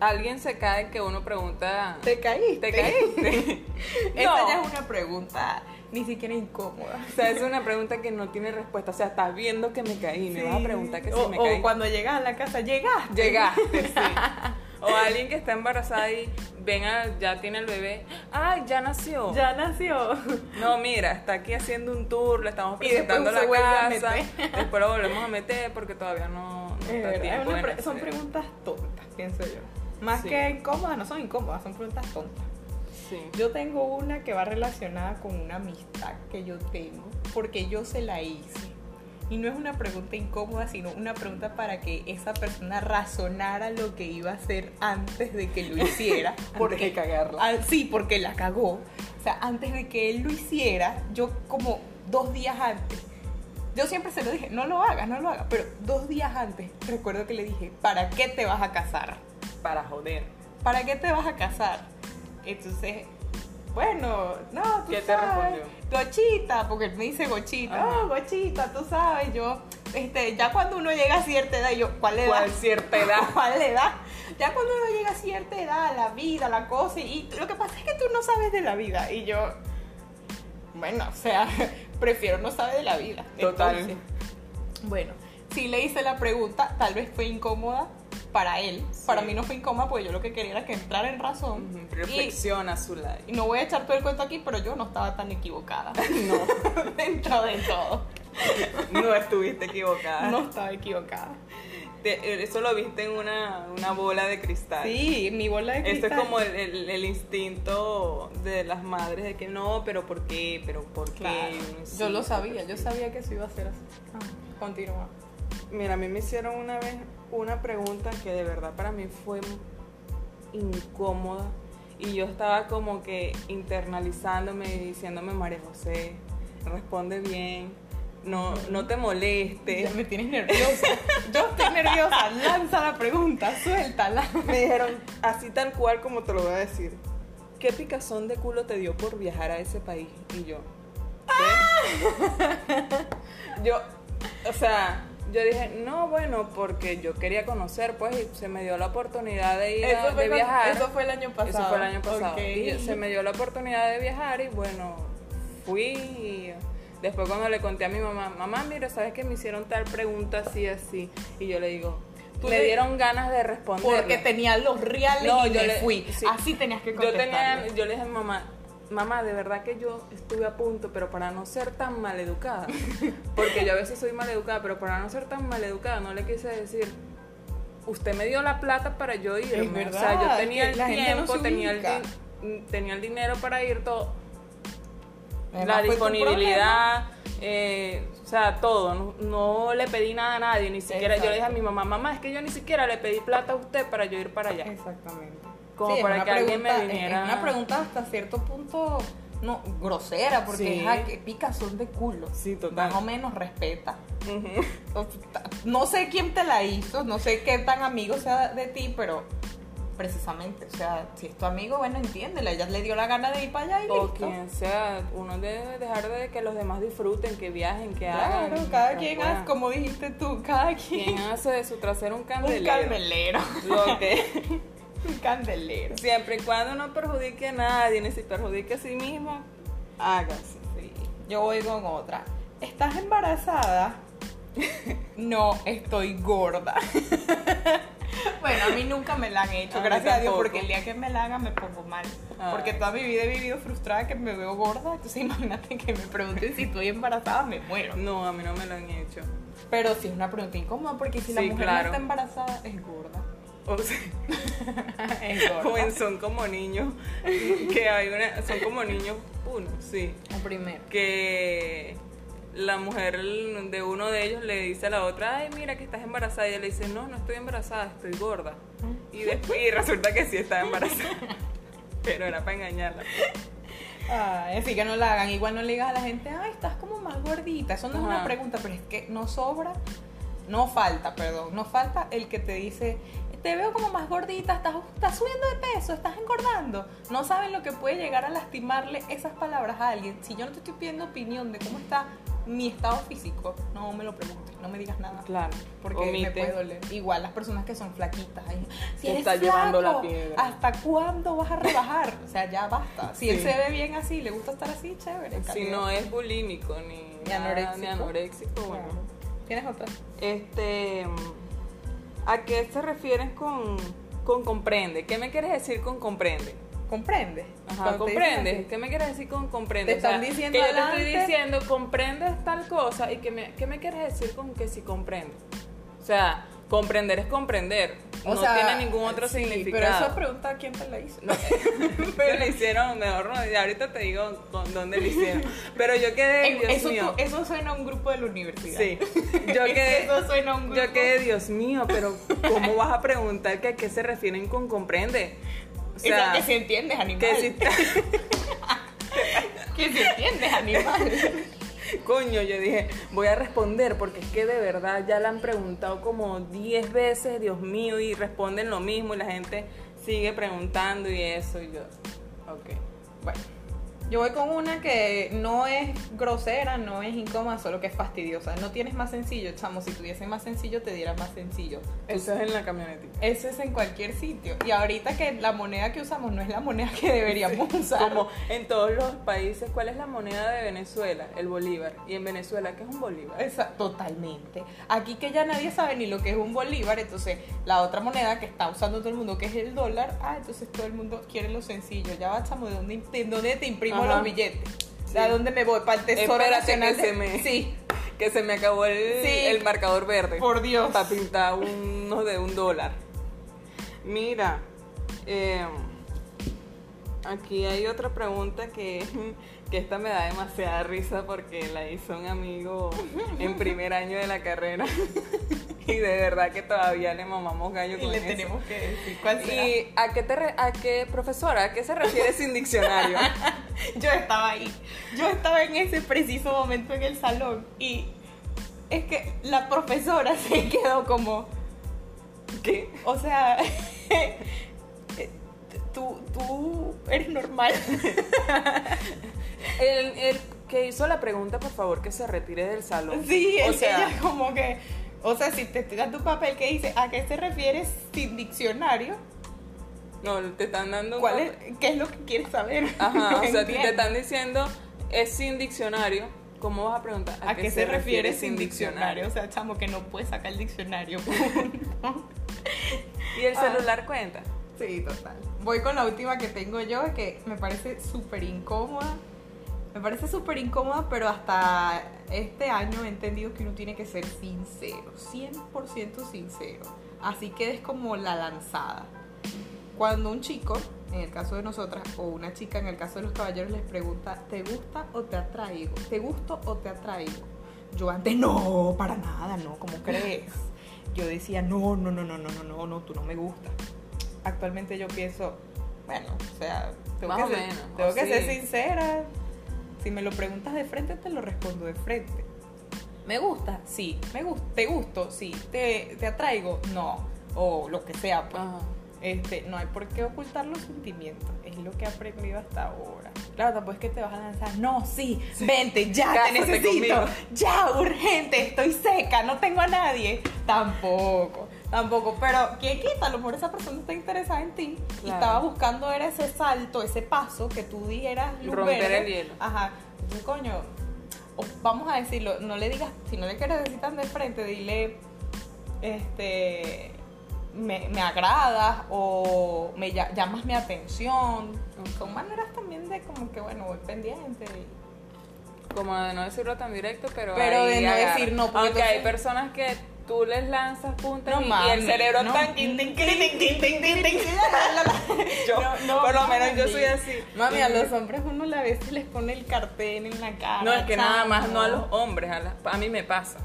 Speaker 2: alguien se cae que uno pregunta...
Speaker 1: Te caíste.
Speaker 2: ¿Te caíste?
Speaker 1: Esa
Speaker 2: No.
Speaker 1: ya es una pregunta ni siquiera incómoda.
Speaker 2: O sea, es una pregunta que no tiene respuesta. O sea, estás viendo que me caí, me vas a preguntar que si
Speaker 1: o,
Speaker 2: me
Speaker 1: o
Speaker 2: caí.
Speaker 1: cuando llegas a la casa, llegaste.
Speaker 2: Llegaste, sí. O alguien que está embarazada y ven a- ya tiene el bebé. Ay, ya nació.
Speaker 1: Ya nació.
Speaker 2: No, mira, está aquí haciendo un tour, le estamos
Speaker 1: Y después
Speaker 2: presentando
Speaker 1: se
Speaker 2: la
Speaker 1: vuelve a
Speaker 2: casa.
Speaker 1: meter.
Speaker 2: Después lo volvemos a meter porque todavía no, no
Speaker 1: Es
Speaker 2: está
Speaker 1: verdad,
Speaker 2: tiempo
Speaker 1: es una
Speaker 2: de
Speaker 1: pre-
Speaker 2: nacer.
Speaker 1: son preguntas tontas, pienso yo. Más
Speaker 2: Sí.
Speaker 1: que incómodas, no son incómodas, son preguntas tontas.
Speaker 2: Sí.
Speaker 1: Yo tengo una que va relacionada con una amistad que yo tengo, porque yo se la hice. Y no es una pregunta incómoda, sino una pregunta para que esa persona razonara lo que iba a hacer antes de que lo hiciera.
Speaker 2: Antes de cagarla.
Speaker 1: Ah, sí, porque la cagó. O sea, antes de que él lo hiciera, yo como dos días antes, yo siempre se lo dije, no lo hagas, no lo hagas, pero dos días antes recuerdo que le dije, ¿para qué te vas a casar?
Speaker 2: Para joder.
Speaker 1: ¿Para qué te vas a casar? Entonces, bueno, no, tú
Speaker 2: ¿Qué te
Speaker 1: sabes,
Speaker 2: respondió?
Speaker 1: gochita, porque él me dice gochita,
Speaker 2: Ajá.
Speaker 1: oh, gochita, tú sabes, yo, este, ya cuando uno llega a cierta edad, yo, ¿cuál edad?
Speaker 2: ¿Cuál cierta edad?
Speaker 1: ¿Cuál edad? Ya cuando uno llega a cierta edad, la vida, la cosa, y lo que pasa es que tú no sabes de la vida, y yo, bueno, o sea, prefiero no saber de la vida.
Speaker 2: Total.
Speaker 1: bueno, si le hice la pregunta, tal vez fue incómoda para él,
Speaker 2: Sí.
Speaker 1: para mí no fue incómoda, porque yo lo que quería era que entrara en razón.
Speaker 2: Ujú,
Speaker 1: y,
Speaker 2: Reflexiona su like.
Speaker 1: y no voy a echar todo el cuento aquí, pero yo no estaba tan equivocada
Speaker 2: No,
Speaker 1: dentro de todo.
Speaker 2: no estuviste equivocada.
Speaker 1: No estaba equivocada.
Speaker 2: Te- eh, eso lo viste en una, una bola de cristal.
Speaker 1: Sí, mi bola de
Speaker 2: Ah. Esto
Speaker 1: cristal.
Speaker 2: es como el, el- el instinto de las madres de que no, pero ¿por qué? Pero ¿por qué?
Speaker 1: Claro,
Speaker 2: Eh, Sí, Ah,
Speaker 1: yo lo
Speaker 2: pero
Speaker 1: sabía,
Speaker 2: ¿por
Speaker 1: yo
Speaker 2: qué?
Speaker 1: sabía que eso iba a ser así. Continúa.
Speaker 2: Mira, a mí me hicieron una vez una pregunta que de verdad para mí fue incómoda y yo estaba como que internalizándome y diciéndome, María José, responde bien, no, no te
Speaker 1: Ya
Speaker 2: molestes.
Speaker 1: me tienes nerviosa. Yo estoy nerviosa. Lanza la pregunta, suéltala.
Speaker 2: Me dijeron, así tal cual como te lo voy a decir. ¿Qué picazón de culo te dio por viajar a ese país? Y yo. ¿qué? yo, o sea, yo dije, no, bueno, porque yo quería conocer, pues, y se me dio la oportunidad de ir a, de
Speaker 1: cuando-
Speaker 2: viajar.
Speaker 1: eso fue el año pasado.
Speaker 2: Eso fue el año pasado.
Speaker 1: Ok.
Speaker 2: Y se me dio la oportunidad de viajar y bueno, fui. y después cuando le conté a mi mamá, mamá, mira, ¿sabes que me hicieron tal pregunta así, así? Y yo le digo,
Speaker 1: Tú
Speaker 2: me
Speaker 1: le-
Speaker 2: dieron ganas de responder.
Speaker 1: Porque tenía los reales
Speaker 2: No,
Speaker 1: y
Speaker 2: yo
Speaker 1: me
Speaker 2: le-
Speaker 1: fui.
Speaker 2: sí.
Speaker 1: Así tenías que
Speaker 2: yo, tenía,
Speaker 1: contestar.
Speaker 2: yo le dije a mi mamá, mamá, de verdad que yo estuve a punto, pero para no ser tan maleducada, porque yo a veces soy maleducada, pero para no ser tan maleducada no le quise decir, usted me dio la plata para yo irme. o sea,
Speaker 1: verdad,
Speaker 2: yo tenía
Speaker 1: que
Speaker 2: el
Speaker 1: la gente no
Speaker 2: tiempo,
Speaker 1: se
Speaker 2: tenía, el
Speaker 1: ubica.
Speaker 2: din- tenía el dinero para ir todo,
Speaker 1: Además,
Speaker 2: la
Speaker 1: fue pues tu problema.
Speaker 2: disponibilidad, eh, o sea, todo. No, no le pedí nada a nadie, ni siquiera. Yo le dije a mi mamá, mamá, es que yo ni siquiera le pedí plata a usted para yo ir para allá.
Speaker 1: Exactamente.
Speaker 2: Como
Speaker 1: es
Speaker 2: para
Speaker 1: una
Speaker 2: que alguien me
Speaker 1: pregunta- es-
Speaker 2: viniera-
Speaker 1: Es una pregunta hasta cierto punto no grosera, porque
Speaker 2: Sí.
Speaker 1: ja, que picas son de culo.
Speaker 2: Sí, total.
Speaker 1: Más o menos respeta.
Speaker 2: Ujú.
Speaker 1: O sea, No sé quién te la hizo, no sé qué tan amigo sea de ti, pero precisamente, o sea, si es tu amigo, bueno, entiéndela. Ella le dio la gana de ir para allá y
Speaker 2: O
Speaker 1: listo.
Speaker 2: quien sea, uno debe dejar de que los demás disfruten, que viajen, que hagan.
Speaker 1: Claro, cada
Speaker 2: lo
Speaker 1: quien
Speaker 2: puedan.
Speaker 1: hace, como dijiste tú, cada quien.
Speaker 2: Quien hace de su trasero un
Speaker 1: Un
Speaker 2: candelero.
Speaker 1: candelero.
Speaker 2: Lo que-
Speaker 1: un candelero.
Speaker 2: siempre y cuando no perjudique a nadie, ni si perjudique a sí mismo, hágase.
Speaker 1: Sí, yo voy con otra. ¿Estás embarazada? No, estoy gorda. Bueno, a mí nunca me la han hecho,
Speaker 2: A mí
Speaker 1: gracias a Dios,
Speaker 2: tampoco. Ah.
Speaker 1: porque el día que me la hagan me pongo mal.
Speaker 2: Ay.
Speaker 1: Porque toda mi vida he vivido frustrada que me veo gorda, entonces imagínate que me pregunten si estoy embarazada, me muero.
Speaker 2: No, a mí no me lo han hecho.
Speaker 1: Pero sí es una pregunta incómoda, porque si la
Speaker 2: Sí,
Speaker 1: mujer
Speaker 2: claro.
Speaker 1: no está embarazada, es gorda. Pues,
Speaker 2: O sea,
Speaker 1: Es gorda.
Speaker 2: o en son como niños, que hay una, son como niños, uno, sí.
Speaker 1: El primero.
Speaker 2: que la mujer de uno de ellos le dice a la otra, ay, mira que estás embarazada. Y ella le dice, no, no estoy embarazada, estoy gorda. Y, después, y resulta que sí estaba embarazada. Pero era para engañarla.
Speaker 1: Ay, así que no la hagan. Igual no le digas a la gente, ay, estás como más gordita. Eso no es una
Speaker 2: Ajá.
Speaker 1: pregunta, pero es que no sobra, no falta, perdón, no falta el que te dice, te veo como más gordita, estás, estás subiendo de peso, estás engordando. No saben lo que puede llegar a lastimarle esas palabras a alguien. Si yo no te estoy pidiendo opinión de cómo está mi estado físico, no me lo preguntes, no me digas nada.
Speaker 2: Claro,
Speaker 1: Porque me puede doler. Igual las personas que son flaquitas. ay, si
Speaker 2: Te
Speaker 1: eres
Speaker 2: está llevando la
Speaker 1: flaco,
Speaker 2: piedra.
Speaker 1: ¿Hasta cuándo vas a rebajar? O sea, ya basta. Si él
Speaker 2: Sí.
Speaker 1: se ve bien así, le gusta estar así, chévere.
Speaker 2: Si
Speaker 1: calidad.
Speaker 2: no es bulímico ni,
Speaker 1: Ni
Speaker 2: nada,
Speaker 1: anoréxico.
Speaker 2: ni anoréxico,
Speaker 1: Claro.
Speaker 2: bueno.
Speaker 1: ¿Tienes otra?
Speaker 2: Este, ¿A qué se refieren con, con comprende? ¿Qué me quieres decir con comprende?
Speaker 1: ¿Comprendes?
Speaker 2: Ajá,
Speaker 1: Cuando te dicen
Speaker 2: comprendes.
Speaker 1: así.
Speaker 2: ¿Qué me quieres decir con
Speaker 1: Te
Speaker 2: comprendes?
Speaker 1: están diciendo
Speaker 2: que yo te estoy
Speaker 1: adelante.
Speaker 2: diciendo, comprendes tal cosa y que me, ¿qué me quieres decir con que si comprendes? O sea, comprender es comprender.
Speaker 1: O
Speaker 2: no
Speaker 1: sea,
Speaker 2: tiene ningún otro
Speaker 1: sí,
Speaker 2: significado.
Speaker 1: Pero esa pregunta, ¿quién te la hizo?
Speaker 2: Pero le hicieron, mejor no, y ahorita te digo con dónde le hicieron. Pero yo quedé,
Speaker 1: Eh,
Speaker 2: Dios
Speaker 1: eso,
Speaker 2: mío.
Speaker 1: tú- eso suena a un grupo de la universidad.
Speaker 2: Sí, yo quedé,
Speaker 1: Eso suena a un grupo.
Speaker 2: yo quedé, Dios mío, pero ¿cómo vas a preguntar que a qué se refieren con comprende?
Speaker 1: O
Speaker 2: O
Speaker 1: sea,
Speaker 2: sea,
Speaker 1: que si entiendes, animal.
Speaker 2: que si
Speaker 1: Que si entiendes, animal.
Speaker 2: Coño, yo dije, voy a responder porque es que de verdad ya la han preguntado como 10 veces, Dios mío, y responden lo mismo y la gente sigue preguntando y eso y yo. Ok.
Speaker 1: Bueno, yo voy con una que no es grosera, no es incómoda, solo que es fastidiosa. No tienes más sencillo, chamo. Si tuviese más sencillo, te diera más sencillo.
Speaker 2: Eso es en la camionetita.
Speaker 1: Eso es en cualquier sitio. Y ahorita que la moneda que usamos no es la moneda que deberíamos usar.
Speaker 2: Como en todos los países, ¿cuál es la moneda de Venezuela? El bolívar. Y en Venezuela, ¿qué es un bolívar?
Speaker 1: Esa- totalmente. Aquí que ya nadie sabe ni lo que es un bolívar, entonces la otra moneda que está usando todo el mundo, que es el dólar, ah, entonces todo el mundo quiere lo sencillo. Ya va, chamo, ¿de dónde, de dónde te imprimo
Speaker 2: Ajá.
Speaker 1: los billetes?
Speaker 2: Sí.
Speaker 1: ¿De dónde me voy? ¿Para el Tesoro
Speaker 2: Espérate que
Speaker 1: Nacional? de-
Speaker 2: se me-
Speaker 1: Sí,
Speaker 2: Que se me acabó el,
Speaker 1: Sí.
Speaker 2: el marcador verde.
Speaker 1: por Dios.
Speaker 2: Para pintar uno de un dólar. Mira, eh, aquí hay otra pregunta que, que esta me da demasiada risa porque la hizo un amigo en primer año de la carrera. Y de verdad que todavía le mamamos gallo
Speaker 1: Y
Speaker 2: con
Speaker 1: le
Speaker 2: eso.
Speaker 1: tenemos que decir cuál será.
Speaker 2: ¿Y a qué, te re- a qué, profesora, a qué se refiere sin diccionario?
Speaker 1: yo estaba ahí. Yo estaba en ese preciso momento en el salón y es que la profesora se quedó como,
Speaker 2: ¿Qué?
Speaker 1: o sea, tú, tú eres normal.
Speaker 2: El, el que hizo la pregunta, por favor, que se retire del salón.
Speaker 1: Sí,
Speaker 2: o
Speaker 1: el-
Speaker 2: sea,
Speaker 1: ella como que, o sea, si te dan tu papel que dice a qué se refieres sin diccionario,
Speaker 2: no, te están dando un
Speaker 1: ¿cuál
Speaker 2: papel.
Speaker 1: es, ¿qué es lo que quieres saber?
Speaker 2: Ajá, o sea, te
Speaker 1: ¿Entiendes?
Speaker 2: están diciendo es sin diccionario ¿Cómo vas a preguntar?
Speaker 1: ¿A, qué se, refiere sin diccionario? O sea, chamo, que no puedes sacar el diccionario.
Speaker 2: ¿Y el
Speaker 1: Ah.
Speaker 2: celular cuenta?
Speaker 1: sí, total. Voy con la última que tengo yo, que me parece súper incómoda. Me parece súper incómoda, pero hasta este año he entendido que uno tiene que ser sincero, 100% sincero. Así que es como la lanzada. Cuando un chico, en el caso de nosotras, o una chica, en el caso de los caballeros, les pregunta, ¿te gusta o te atraigo? ¿Te gusto o te atraigo? Yo antes, no, para nada, no, ¿cómo crees? Yo decía, no, no, no, no, no, no, no, no, tú no me gustas. Actualmente yo pienso, bueno, o sea, tengo,
Speaker 2: Más
Speaker 1: que,
Speaker 2: o
Speaker 1: ser,
Speaker 2: menos,
Speaker 1: tengo
Speaker 2: o
Speaker 1: que
Speaker 2: sí.
Speaker 1: ser sincera. Si me lo preguntas de frente, te lo respondo de frente. ¿Me gusta? Sí. ¿Me gusta? ¿Te gusto? Sí. ¿Te, te atraigo? No. O lo que sea, pues.
Speaker 2: Ajá.
Speaker 1: Este, no hay por qué ocultar los sentimientos. Es lo que he aprendido hasta ahora. Claro, tampoco es que te vas a lanzar. No, sí, vente, ya,
Speaker 2: Cásate
Speaker 1: te necesito.
Speaker 2: conmigo.
Speaker 1: Ya, urgente, estoy seca, no tengo a nadie. Tampoco, tampoco. Pero, ¿quién quita? A lo mejor esa persona está interesada en ti y
Speaker 2: Claro.
Speaker 1: estaba buscando era ese salto, ese paso que tú dieras luz
Speaker 2: Romper
Speaker 1: verde.
Speaker 2: el hielo.
Speaker 1: Ajá. Entonces, coño, o vamos a decirlo, no le digas, si no le quieres decir tan de frente, dile, este, me, me agradas o me lla- llamas mi atención. Son maneras también de como que, bueno, voy pendiente. y-
Speaker 2: Como de no decirlo tan directo, pero.
Speaker 1: Pero de
Speaker 2: ahí
Speaker 1: no
Speaker 2: agarra.
Speaker 1: decir no, porque
Speaker 2: Aunque hay
Speaker 1: entonces-
Speaker 2: personas que tú les lanzas puntas
Speaker 1: No
Speaker 2: y, y
Speaker 1: mames,
Speaker 2: el cerebro
Speaker 1: no.
Speaker 2: tan. tin, tin, tin, tin, tin, tin, tin, tin. Yo,
Speaker 1: No, no,
Speaker 2: por lo
Speaker 1: mami.
Speaker 2: menos yo soy así.
Speaker 1: Mami, a los hombres uno a veces les pone el cartel en la cara.
Speaker 2: No, es que nada más, no a
Speaker 1: chamo.
Speaker 2: los hombres, a, las- a mí me pasa.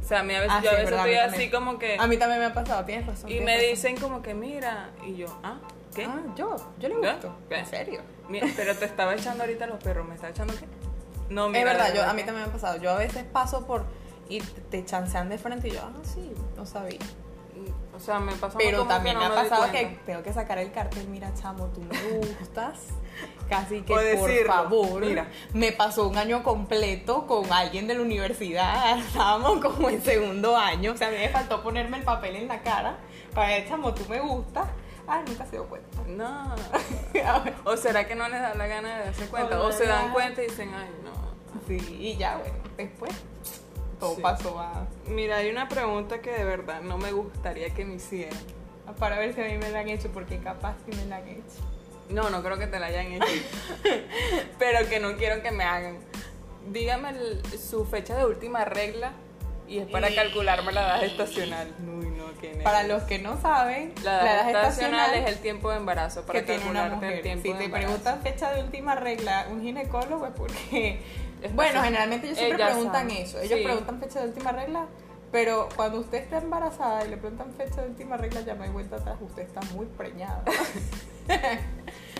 Speaker 2: O sea, a mí a veces,
Speaker 1: Ah,
Speaker 2: yo a
Speaker 1: sí,
Speaker 2: veces
Speaker 1: verdad, a mí
Speaker 2: estoy así
Speaker 1: también.
Speaker 2: como que.
Speaker 1: A mí también me ha pasado, tienes razón.
Speaker 2: Y
Speaker 1: tienes
Speaker 2: me
Speaker 1: razón.
Speaker 2: dicen como que mira. Y yo, ah, ¿qué?
Speaker 1: Ah, yo, yo le
Speaker 2: ¿Ya?
Speaker 1: gusto.
Speaker 2: ¿Qué?
Speaker 1: En serio.
Speaker 2: Mira, pero te estaba echando ahorita los perros, ¿me estaba echando qué? No, Oh, mira.
Speaker 1: es verdad,
Speaker 2: de
Speaker 1: yo, a mí
Speaker 2: que-
Speaker 1: también me ha pasado. Yo a veces paso por y te chancean de frente y yo, ah, sí, no sabía.
Speaker 2: O sea, me pasó
Speaker 1: Pero
Speaker 2: como que
Speaker 1: también
Speaker 2: no
Speaker 1: me ha
Speaker 2: di
Speaker 1: pasado
Speaker 2: cuenta.
Speaker 1: que tengo que sacar el cartel, mira, chamo, tú me gustas. Casi que
Speaker 2: O
Speaker 1: por
Speaker 2: decirlo,
Speaker 1: favor.
Speaker 2: mira.
Speaker 1: Me pasó un año completo con alguien de la universidad. Estábamos como en segundo año. O sea, a mí me faltó ponerme el papel en la cara para ver, chamo, tú me gustas. Ay, nunca se dio cuenta.
Speaker 2: No.
Speaker 1: A ver.
Speaker 2: O será que no les da la gana de darse cuenta.
Speaker 1: O
Speaker 2: O,
Speaker 1: no
Speaker 2: se
Speaker 1: le
Speaker 2: dan
Speaker 1: da.
Speaker 2: cuenta y dicen, ay, no.
Speaker 1: Sí, y ya, bueno, después todo
Speaker 2: Sí.
Speaker 1: pasó a,
Speaker 2: Mira, hay una pregunta que de verdad no me gustaría que me hicieran.
Speaker 1: a- para ver si a mí me la han hecho, porque capaz que me la han hecho.
Speaker 2: No, no creo que te la hayan hecho. pero que no quiero que me hagan. Dígame el- su fecha de última regla y es para
Speaker 1: Y-
Speaker 2: calcularme la edad estacional. Uy, no, qué nervios.
Speaker 1: Para los que no saben,
Speaker 2: La edad, estacional, es el tiempo de embarazo para
Speaker 1: que tiene una
Speaker 2: calcularte
Speaker 1: mujer.
Speaker 2: el tiempo
Speaker 1: si
Speaker 2: de
Speaker 1: te
Speaker 2: embarazo.
Speaker 1: preguntan fecha de última regla, un ginecólogo es porque...
Speaker 2: Es
Speaker 1: bueno,
Speaker 2: fácil.
Speaker 1: generalmente ellos siempre
Speaker 2: Ellas
Speaker 1: preguntan
Speaker 2: saben.
Speaker 1: eso. Ellos
Speaker 2: Sí.
Speaker 1: preguntan fecha de última regla, pero cuando usted está embarazada y le preguntan fecha de última regla, ya no hay vuelta atrás. Usted está muy preñada.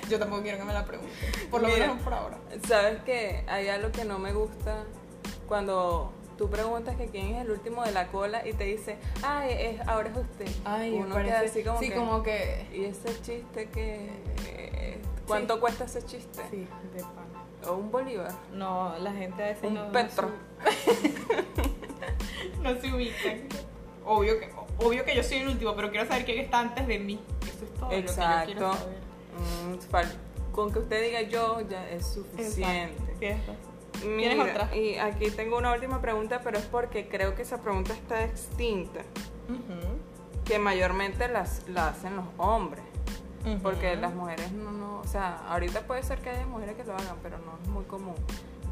Speaker 1: Yo tampoco quiero que me la pregunten. Por lo
Speaker 2: Mira.
Speaker 1: menos por ahora.
Speaker 2: Sabes que hay algo que no me gusta cuando tú preguntas que quién es el último de la cola y te dice, ay, es, ahora es usted.
Speaker 1: Ay,
Speaker 2: Uno
Speaker 1: me
Speaker 2: queda
Speaker 1: parece-
Speaker 2: así como
Speaker 1: sí,
Speaker 2: que,
Speaker 1: como que...
Speaker 2: Y ese chiste que... eh, ¿Cuánto
Speaker 1: Sí.
Speaker 2: cuesta ese chiste?
Speaker 1: Sí, de pana.
Speaker 2: O un bolívar.
Speaker 1: No, la gente a veces
Speaker 2: Un
Speaker 1: no, no
Speaker 2: petro.
Speaker 1: se- no se ubican. Obvio que, obvio que yo soy el último, pero quiero saber quién está antes de mí. Eso es todo lo que yo quiero
Speaker 2: Exacto.
Speaker 1: saber.
Speaker 2: Mm, fal- con que usted diga yo ya es suficiente.
Speaker 1: Exacto. Tienes razón. ¿Tienes
Speaker 2: Mira,
Speaker 1: otra?
Speaker 2: y aquí tengo una última pregunta, pero es porque creo que esa pregunta está extinta,
Speaker 1: Ujú,
Speaker 2: que mayormente las, la hacen los hombres.
Speaker 1: ujú.
Speaker 2: Porque las mujeres no, no, o sea, ahorita puede ser que haya mujeres que lo hagan, pero no es muy común.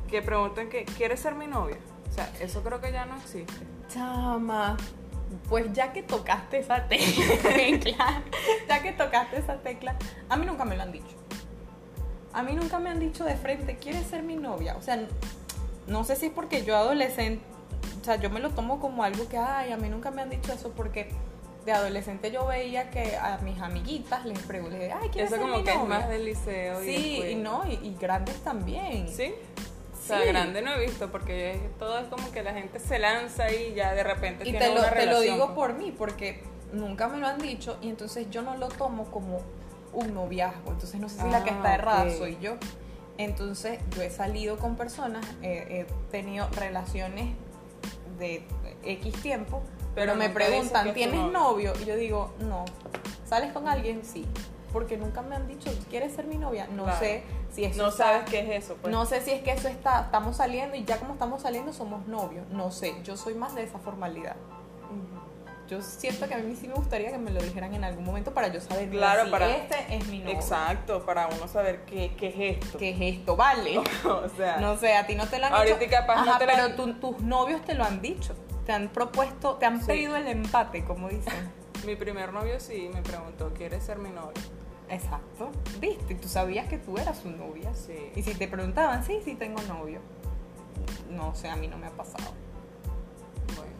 Speaker 2: Que pregunten que, ¿quieres ser mi novia? O sea, eso creo que ya no existe.
Speaker 1: Chama, pues ya que tocaste esa tecla, ya que tocaste esa tecla, a mí nunca me lo han dicho. A mí nunca me han dicho de frente, ¿quieres ser mi novia? O sea, n- no sé si es porque yo adolescente, o sea, yo me lo tomo como algo que, ay, a mí nunca me han dicho eso porque de adolescente yo veía que a mis amiguitas les pregunté, ay, ¿quieres ser
Speaker 2: Eso como
Speaker 1: mi
Speaker 2: que es
Speaker 1: novia?"
Speaker 2: más pues. del liceo.
Speaker 1: Sí, y
Speaker 2: escuela.
Speaker 1: no, y, y grandes también.
Speaker 2: ¿Sí? O sea,
Speaker 1: Sí.
Speaker 2: grande no he visto, porque es- todo es como que la gente se lanza y ya de repente
Speaker 1: Y
Speaker 2: tiene
Speaker 1: te lo,
Speaker 2: una
Speaker 1: te lo
Speaker 2: relación
Speaker 1: digo
Speaker 2: con-
Speaker 1: por mí, porque nunca me lo han dicho y entonces yo no lo tomo como un noviazgo. Entonces no sé si la que
Speaker 2: Ah,
Speaker 1: está errada
Speaker 2: ok.
Speaker 1: soy yo. Entonces yo he salido con personas, eh, he tenido relaciones de X tiempo, pero,
Speaker 2: Pero
Speaker 1: me
Speaker 2: nunca dices que
Speaker 1: preguntan,
Speaker 2: es tu
Speaker 1: ¿tienes novio?
Speaker 2: novio?"
Speaker 1: Y yo digo, no. ¿Sales con alguien? Sí. Porque nunca me han dicho, ¿quieres ser mi novia? No
Speaker 2: Claro.
Speaker 1: sé si eso
Speaker 2: No
Speaker 1: está-
Speaker 2: sabes qué es eso, pues.
Speaker 1: No sé si es que eso está, estamos saliendo y ya como estamos saliendo somos novios. No sé, yo soy más de esa formalidad. Yo siento que a mí sí me gustaría que me lo dijeran en algún momento para yo saber mira,
Speaker 2: Claro,
Speaker 1: si
Speaker 2: para-
Speaker 1: este es mi novio.
Speaker 2: Exacto, para uno saber qué, qué es esto.
Speaker 1: ¿Qué es esto? Vale.
Speaker 2: O sea,
Speaker 1: No sé, a ti no te lo han
Speaker 2: Ahorita
Speaker 1: dicho.
Speaker 2: capaz no
Speaker 1: Ajá,
Speaker 2: te lo
Speaker 1: pero
Speaker 2: han-
Speaker 1: tu- tus novios te lo han dicho. Te han propuesto, te han
Speaker 2: Sí.
Speaker 1: pedido el empate, como dicen.
Speaker 2: mi primer novio sí me preguntó, ¿quieres ser mi novio?
Speaker 1: Exacto. Viste, tú sabías que tú eras su novia.
Speaker 2: Sí.
Speaker 1: Y si te preguntaban, sí, sí tengo novio. No sé, a mí no me ha pasado.
Speaker 2: Bueno,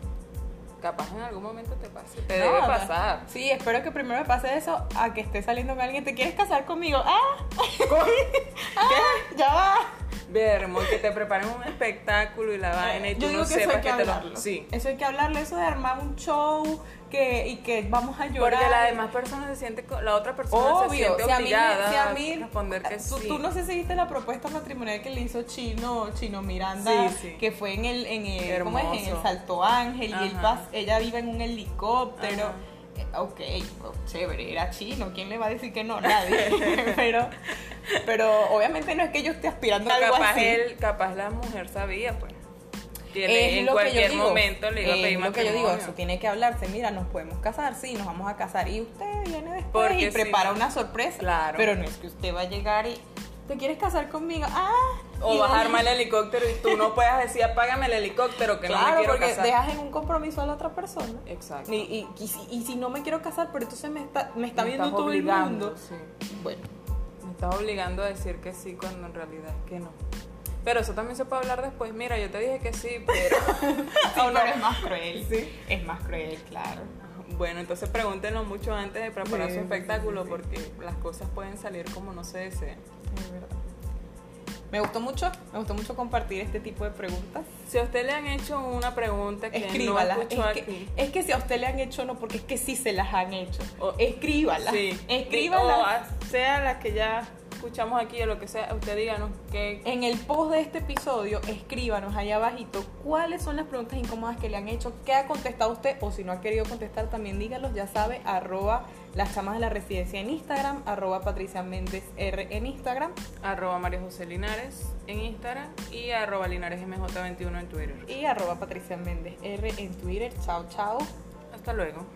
Speaker 2: capaz en algún momento te pase. Te
Speaker 1: No,
Speaker 2: debe
Speaker 1: no.
Speaker 2: pasar.
Speaker 1: Sí, espero que primero me pase eso a que esté saliendo con alguien. ¿Te quieres casar conmigo? ¡Ah! ¿Qué? ¡Ya va!
Speaker 2: Vermo, que te preparen un espectáculo y la vaina y tú
Speaker 1: Yo digo
Speaker 2: no
Speaker 1: que eso
Speaker 2: sepas
Speaker 1: hay
Speaker 2: que,
Speaker 1: que
Speaker 2: te lo-
Speaker 1: hablarlo.
Speaker 2: Sí.
Speaker 1: Eso hay que hablarlo, eso de armar un show que, y que vamos a llorar.
Speaker 2: Porque la demás persona se siente, co- la otra persona se
Speaker 1: Obvio,
Speaker 2: siente
Speaker 1: si a mí,
Speaker 2: obligada
Speaker 1: si a mí
Speaker 2: responder que
Speaker 1: Ah, tú,
Speaker 2: sí.
Speaker 1: tú no sé si viste la propuesta matrimonial que le hizo Chino, Chino Miranda,
Speaker 2: Sí, sí.
Speaker 1: que fue en el, en el, ¿cómo es? En
Speaker 2: Hermoso.
Speaker 1: el Salto Ángel y él
Speaker 2: Ajá.
Speaker 1: pas- ella vive en un helicóptero.
Speaker 2: Ajá.
Speaker 1: Eh, Ok, pues, chévere, era chino, ¿quién le va a decir que no? Nadie. pero, pero obviamente no es que yo esté aspirando a algo
Speaker 2: capaz,
Speaker 1: así.
Speaker 2: él- capaz la mujer sabía, pues. Que
Speaker 1: Es
Speaker 2: le- en
Speaker 1: lo que yo
Speaker 2: cualquier
Speaker 1: digo,
Speaker 2: momento le iba a
Speaker 1: es
Speaker 2: pedir
Speaker 1: lo que yo digo,
Speaker 2: matrimonio.
Speaker 1: eso tiene que hablarse. Mira, nos podemos casar, sí, nos vamos a casar. Y usted viene después
Speaker 2: Porque
Speaker 1: y
Speaker 2: si
Speaker 1: prepara
Speaker 2: no-
Speaker 1: una sorpresa.
Speaker 2: Claro.
Speaker 1: Pero no es que usted va a llegar y. ¿Te quieres casar conmigo? ¡Ah!
Speaker 2: O
Speaker 1: y-
Speaker 2: vas a armar el helicóptero y tú no puedas decir, apágame el helicóptero, que
Speaker 1: Claro,
Speaker 2: no me quiero
Speaker 1: porque
Speaker 2: casar.
Speaker 1: dejas en un compromiso a la otra persona.
Speaker 2: Exacto.
Speaker 1: Y, y- y si- y si no me quiero casar, pero entonces me está, me está
Speaker 2: Me
Speaker 1: viendo
Speaker 2: estás
Speaker 1: todo el
Speaker 2: obligando,
Speaker 1: mundo.
Speaker 2: sí.
Speaker 1: Bueno,
Speaker 2: Me estás obligando a decir que sí cuando en realidad es que no. Pero eso también se puede hablar después. Mira, yo te dije que sí, pero...
Speaker 1: sí,
Speaker 2: Oh, no.
Speaker 1: pero es más cruel.
Speaker 2: Sí.
Speaker 1: Es más cruel, claro.
Speaker 2: Bueno, entonces pregúntenlo mucho antes de preparar
Speaker 1: Sí,
Speaker 2: su
Speaker 1: sí,
Speaker 2: espectáculo
Speaker 1: sí, sí.
Speaker 2: porque las cosas pueden salir como no se desean.
Speaker 1: Es verdad. Me gustó mucho, me gustó mucho compartir este tipo de preguntas.
Speaker 2: Si a usted le han hecho una pregunta que
Speaker 1: Escríbala.
Speaker 2: no escuchó
Speaker 1: es, que,
Speaker 2: aquí,
Speaker 1: es que si a usted le han hecho, no, porque es que sí se las han hecho.
Speaker 2: O-
Speaker 1: escríbala.
Speaker 2: sí, Oh, ah. o
Speaker 1: Escríbala.
Speaker 2: a- sea la que ya escuchamos aquí o lo que sea, usted díganos que
Speaker 1: en el post de este episodio, escríbanos allá abajito cuáles son las preguntas incómodas que le han hecho, qué ha contestado usted o si no ha querido contestar también dígalos, ya sabe, arroba las chamas de la residencia en Instagram, arroba Patricia Méndez R en Instagram
Speaker 2: arroba María José Linares en Instagram y arroba Linares MJ21 en Twitter.
Speaker 1: y arroba Patricia Méndez R en Twitter. Chao, chao.
Speaker 2: Hasta luego.